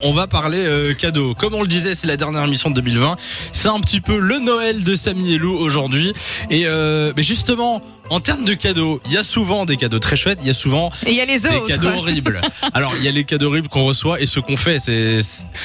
On va parler euh, cadeau. Comme on le disait, c'est la dernière émission de 2020. C'est un petit peu le Noël de Samy et Lou aujourd'hui. Et euh, mais justement, en termes de cadeaux, il y a souvent des cadeaux très chouettes, il y a souvent Et il y a les des autres. cadeaux horribles. Alors, il y a les cadeaux horribles qu'on reçoit et ce qu'on fait. C'est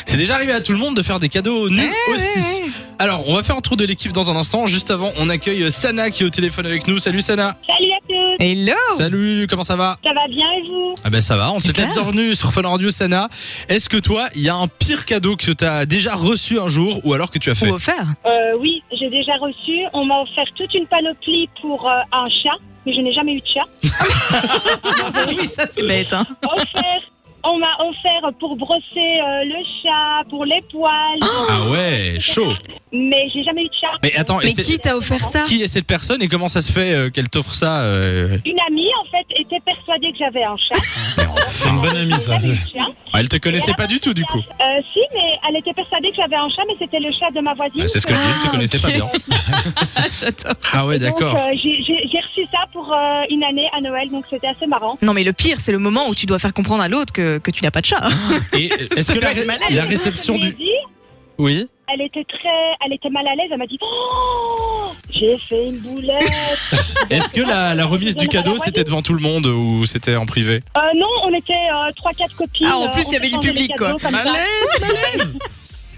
c'est déjà arrivé à tout le monde de faire des cadeaux nuls aussi. Ouais, ouais. Alors, on va faire un tour de l'équipe dans un instant. Juste avant, on accueille Sana qui est au téléphone avec nous. Salut Sana. Salut à tous, Hello Salut, comment ça va ça va bien et vous Ah ben ça va, on se la Super. bienvenue sur Fun Radio Sana. Est-ce que toi, il y a un pire cadeau que t'as déjà reçu un jour ou alors que tu as fait Pour faire euh, Oui, j'ai déjà reçu. On m'a offert toute une panoplie pour euh, un chat, mais je n'ai jamais eu de chat. Ah Oui, ça c'est bête. Hein. Offert, on m'a offert pour brosser euh, le chat, pour les poils, Ah ouais, chaud. mais j'ai jamais eu de chat. Mais attends, et Mais c'est- qui t'a offert ça qui est cette personne et comment ça se fait euh, qu'elle t'offre ça euh Une amie, en fait, était persuadée que j'avais un chat. C'est une bonne amie ça. J'avais eu de chat. Ah, Elle te connaissait pas du tout du coup. Euh, si, mais elle était persuadée que j'avais un chat, mais c'était le chat de ma voisine. Bah, c'est ce que je dis, elle te Ah, connaissait ok. pas bien. J'adore. Ah ouais, Et donc, d'accord. euh, j'ai j'ai- j'ai reçu ça pour euh, une année à Noël, donc c'était assez marrant. Non, mais le pire, c'est le moment où tu dois faire comprendre à l'autre que, que tu n'as pas de chat. Et euh, est-ce que la, Super malade. la réception Je lui ai du dit, Oui. elle était très, elle était mal à l'aise. Elle m'a dit, oh, j'ai fait une boulette. Est-ce que la, la remise du cadeau c'était devant tout le monde ou c'était en privé Euh, non, on était euh, trois, quatre copines. Ah, en euh, plus, on il y avait du échangeait les public, cadeaux comme ça. malaise.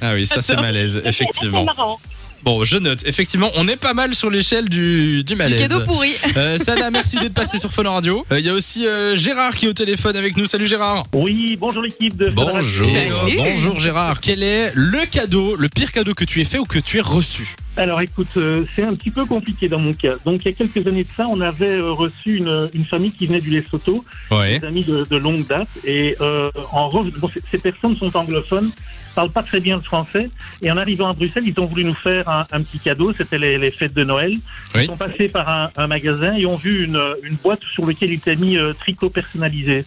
Ah oui, ça c'est Attends. malaise, C'était effectivement. assez marrant. Bon, je note. Effectivement, on est pas mal sur l'échelle du, du Du malaise. cadeau pourri. Euh, Sana, merci d'être passé sur Fun Radio. Euh, Il y a aussi euh, Gérard qui est au téléphone avec nous. Salut Gérard. Oui, bonjour l'équipe de Fun Radio. Salut. Bonjour Gérard. Quel est le cadeau, le pire cadeau que tu aies fait ou que tu aies reçu Alors écoute, euh, c'est un petit peu compliqué dans mon cas. Donc il y a quelques années de ça, on avait euh, reçu une, une famille qui venait du Lesotho, Ouais. des amis de, de longue date, et euh, en rev- bon, ces- ces personnes sont anglophones, parlent pas très bien le français, et en arrivant à Bruxelles, ils ont voulu nous faire un, un petit cadeau. C'était les, les fêtes de Noël. Oui. Ils sont passés par un, un magasin et ont vu une, une boîte sur laquelle ils étaient mis euh, tricot personnalisé. Et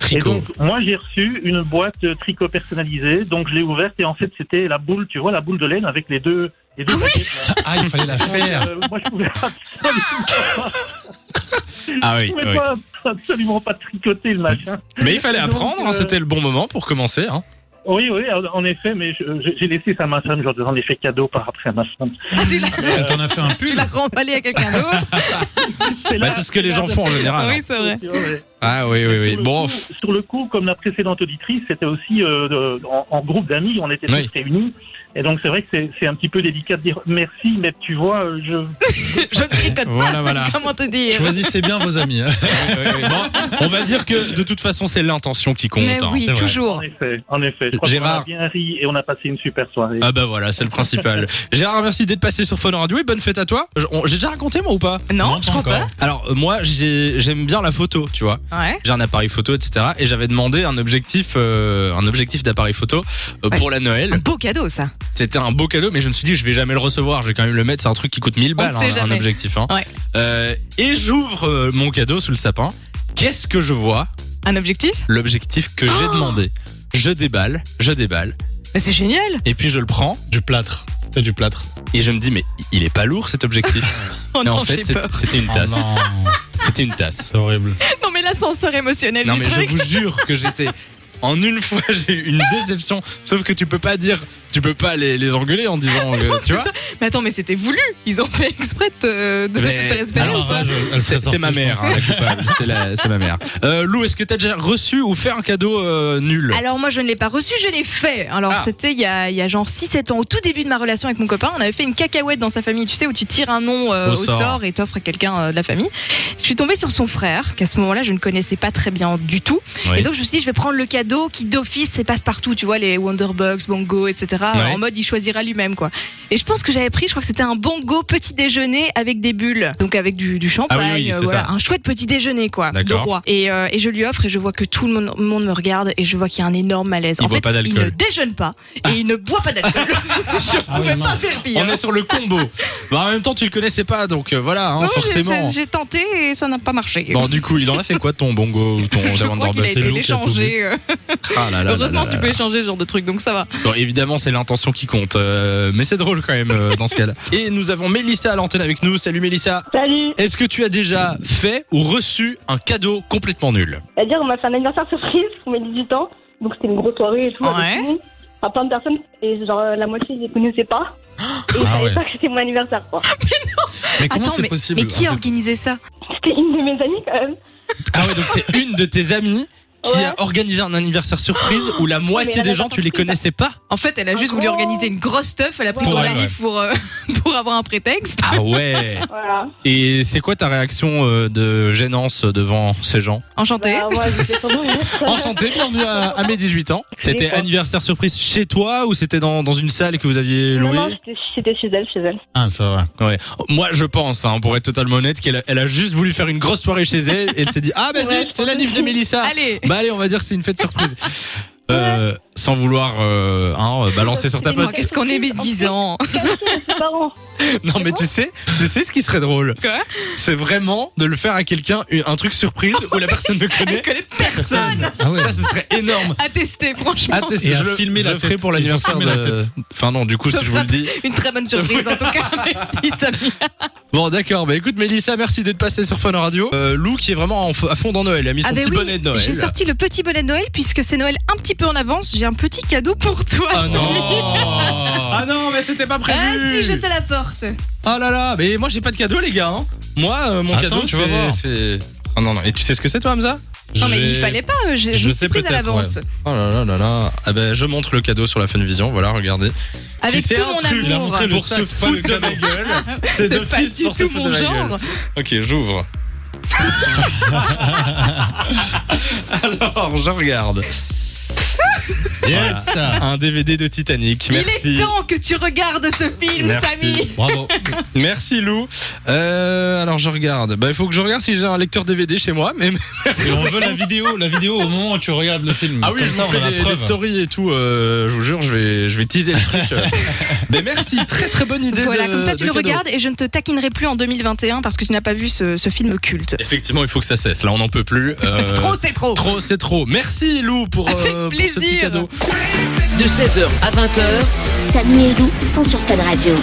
Tricot. donc, moi, j'ai reçu une boîte euh, tricot personnalisée. Donc, je l'ai ouverte et en fait, c'était la boule, tu vois, la boule de laine avec les deux. Les deux baguettes, Ah, il fallait la là. faire. Euh, moi, je pouvais, absolument, Ah je oui. pouvais oui. pas, absolument pas tricoter le machin. Mais il fallait Donc, apprendre. hein, euh, c'était le bon moment pour commencer. Hein. Oui, oui, en- en effet, mais je- je- j'ai laissé ça à ma femme. Genre, j'en ai fait cadeau par après à ma femme. Ah, tu l'as, Elle t'en a fait un tu pull. l'as remballé à quelqu'un d'autre C'est Bah, là- c'est ce que les là- gens font en général. hein. Oui, c'est vrai. Ouais. Ah oui, oui, oui. Sur le Bon. coup- sur le coup, comme la précédente auditrice, c'était aussi euh, de- en, en groupe d'amis, on était tous Oui. réunis. Et donc, c'est vrai que c'est- c'est un petit peu délicat de dire merci, mais tu vois, euh, je. Je ne tricote pas. Voilà, voilà. Comment te dire Choisissez bien vos amis. hein. Oui, oui, oui. Bon, on va dire que de toute façon, c'est l'intention qui compte. Mais hein. oui, c'est vrai. En toujours. effet, en effet. Je crois Gérard. qu'on a bien ri et on a passé une super soirée. Ah bah voilà, c'est le principal. Gérard, merci d'être passé sur Fun Radio et bonne fête à toi. Je- on- J'ai déjà raconté moi ou pas Non, Non, je crois pas pas. encore. Alors euh, moi j'ai- j'aime bien la photo, tu vois. Ouais. J'ai un appareil photo, etc. Et j'avais demandé un objectif, euh, un objectif d'appareil photo euh, Ouais. pour la Un Noël. beau cadeau, ça. C'était un beau cadeau, mais je me suis dit je vais jamais le recevoir. Je vais quand même le mettre. C'est un truc qui coûte 1000 balles, On sait hein, un jamais. objectif. hein. Ouais. Euh, et j'ouvre euh, mon cadeau sous le sapin. Qu'est-ce que je vois Un objectif L'objectif que j'ai Oh demandé. Je déballe, je déballe, Mais c'est génial. et puis je le prends Du plâtre. C'était du plâtre. et je me dis mais il est pas lourd cet objectif. Oh Mais non, en fait, j'ai c'est- peur. c'était une Oh tasse. non, C'était une tasse. c'est horrible. Non, mais l'ascenseur émotionnel Non, du mais je truc. vous jure que j'étais. En une fois, j'ai eu une déception. Sauf que tu peux pas dire, tu peux pas les, les engueuler en disant, euh, tu c'est vois. ça. Mais attends, mais c'était voulu. Ils ont fait exprès de te, de Mais- te faire espérer. Alors, ou pas ça, je- elle C'est serait c'est sortie, ma je mère, pense. hein, la coupable. C'est la- C'est ma mère. Euh, Lou, est-ce que t'as déjà reçu ou fait un cadeau euh, nul Alors moi je ne l'ai pas reçu, je l'ai fait. Alors Ah. c'était il y a, il y a genre 6-7 ans, au tout début de ma relation avec mon copain, on avait fait une cacahuète dans sa famille, tu sais, où tu tires un nom euh, Au au, sort. sort. et t'offres à quelqu'un euh, de la famille. Je suis tombée sur son frère, qu'à ce moment-là je ne connaissais pas très bien du tout. Oui. Et donc je me suis dit je vais prendre le cadeau qui d'office et passe partout, tu vois, les Wonderbugs, Bongo, etc. Ouais. En mode il choisira lui-même quoi. Et je pense que j'avais pris, je crois que c'était un Bongo petit déjeuner avec des bulles, donc avec du, du champagne, Ah oui, oui, euh, c'est voilà, ça. un chouette petit déjeuner quoi, de D'accord. roi. Et, euh, et je lui offre et je vois que tout le monde, monde me regarde et je vois qu'il y a un énorme malaise. Il en boit fait, pas il d'alcool. ne déjeune pas et il ne boit pas d'alcool. je Ah oui, pouvais non. pas faire pire. On est sur le combo. bah, en même temps, tu le connaissais pas, donc euh, voilà, hein, Non, j'ai- forcément. j'ai- J'ai tenté et ça n'a pas marché. Bon, du coup, il en a fait quoi ton bongo ou ton je crois qu'il a Wonderbuck été Lou qui a échangé. euh, Ah là là là Heureusement, là tu là peux là. échanger ce genre de truc, donc ça va. Bon, évidemment, c'est l'intention qui compte, euh, mais c'est drôle quand même euh, dans ce cas-là. Et nous avons Mélissa à l'antenne avec nous. Salut Mélissa. Salut Est-ce que tu as déjà fait ou reçu un cadeau complètement nul C'est-à-dire, on m'a fait un anniversaire surprise pour mes 18 ans. Donc c'était une grosse soirée et tout. Ouais. Avec tout le monde. Enfin, plein de personnes, et genre euh, la moitié, je les connaissais pas. Et ils Ah savaient ouais. pas que c'était mon anniversaire, quoi. Mais comment Attends, c'est mais, possible mais qui a en fait organisé ça C'était une de mes amies, quand même. Ah ouais, donc c'est une de tes amies qui Ouais. a organisé un anniversaire surprise où Oh, la mais moitié elle des a gens, pas tu les compris, connaissais pas. En fait, elle a juste voulu gros- organiser une grosse stuff. Elle a pris Pour ton elle, manif pour, euh, pour avoir un prétexte. Ah ouais. Voilà. Et c'est quoi ta réaction euh, de gênance devant ces gens Enchantée. Bah, moi, j'étais sans doute- Enchanté, bienvenue à, à mes 18 ans. C'était quoi anniversaire surprise chez toi ou c'était dans, dans une salle que vous aviez Non, louée non, c'était- c'était chez elle, chez elle. Ah, ça va. Ouais. Moi, je pense, hein, pour être totalement honnête, qu'elle a- elle a juste voulu faire une grosse soirée chez elle et elle s'est dit Ah, bah Ouais, zut, c'est la livre de Mélissa. Allez. Bah allez, on va dire que c'est une fête surprise. Euh, sans vouloir euh, hein, balancer sur ta Excusez-moi. pote. Oh, Qu'est-ce qu'on est médisant Mes parents. Non mais tu sais, tu sais ce qui serait drôle. Quoi C'est vraiment de le faire à quelqu'un une- un truc surprise où la personne ne Elle connaît connaît personne Ah ouais. Ça ce serait énorme. à tester, franchement. Ah, t'es- Et à je le- filmer je la le ferai tête. pour Ils l'anniversaire vont filmer la de tête. Enfin non, du coup Ça si je vous le fera- dis. Une très bonne surprise, en tout cas. Merci, Samy. Bon d'accord, bah écoute Mélissa, merci d'être passée sur Fun Radio. Euh, Lou qui est vraiment en f- à fond dans Noël, a mis son bah petit oui, bonnet de Noël. J'ai sorti le petit bonnet de Noël puisque c'est Noël un petit peu en avance. J'ai un petit cadeau pour toi. Ah Samy. non Ah non, mais c'était pas prévu Ah si, j'étais à la porte. Oh là là, mais moi j'ai pas de cadeau les gars. hein. Moi euh, mon Attends, cadeau, tu vas c'est- voir. c'est- Ah non non, et tu sais ce que c'est toi Hamza Non mais il J'ai- fallait pas. euh, J'ai je je me sais suis prise à peut-être, l'avance. Oh là là là là. Ah ben je montre le cadeau sur la Funvision, voilà, regardez. Avec Si c'est tout un mon truc, il a amour. montré le Pour sac, se pas le foutre de cadeau. ma gueule. C'est pas d'office du pour se tout foutre mon de ma gueule. genre. Ok, j'ouvre. Alors, je regarde. Yes. Un DVD de Titanic. Il Merci. est temps que tu regardes ce film, Samy. Merci. Bravo. Merci Lou. Euh, alors je regarde. Bah il faut que je regarde si j'ai un lecteur DVD chez moi. Mais Et on veut la vidéo, la vidéo au moment où tu regardes le film. Comme ça, m'en on a la des, des preuve. stories et tout. euh, je vous jure, je vais, je vais teaser le truc. mais merci, très très bonne idée. Voilà, de- comme ça tu de le cadeau. regardes et je ne te taquinerai plus en 2021 parce que tu n'as pas vu ce, ce film culte. Effectivement, il faut que ça cesse. Là, on n'en peut plus. Euh, Trop, c'est trop. Trop, c'est trop. Merci Lou pour, euh, Avec pour ce petit plaisir. cadeau. De 16h à 20h, Samy et Lou sont sur Fun Radio.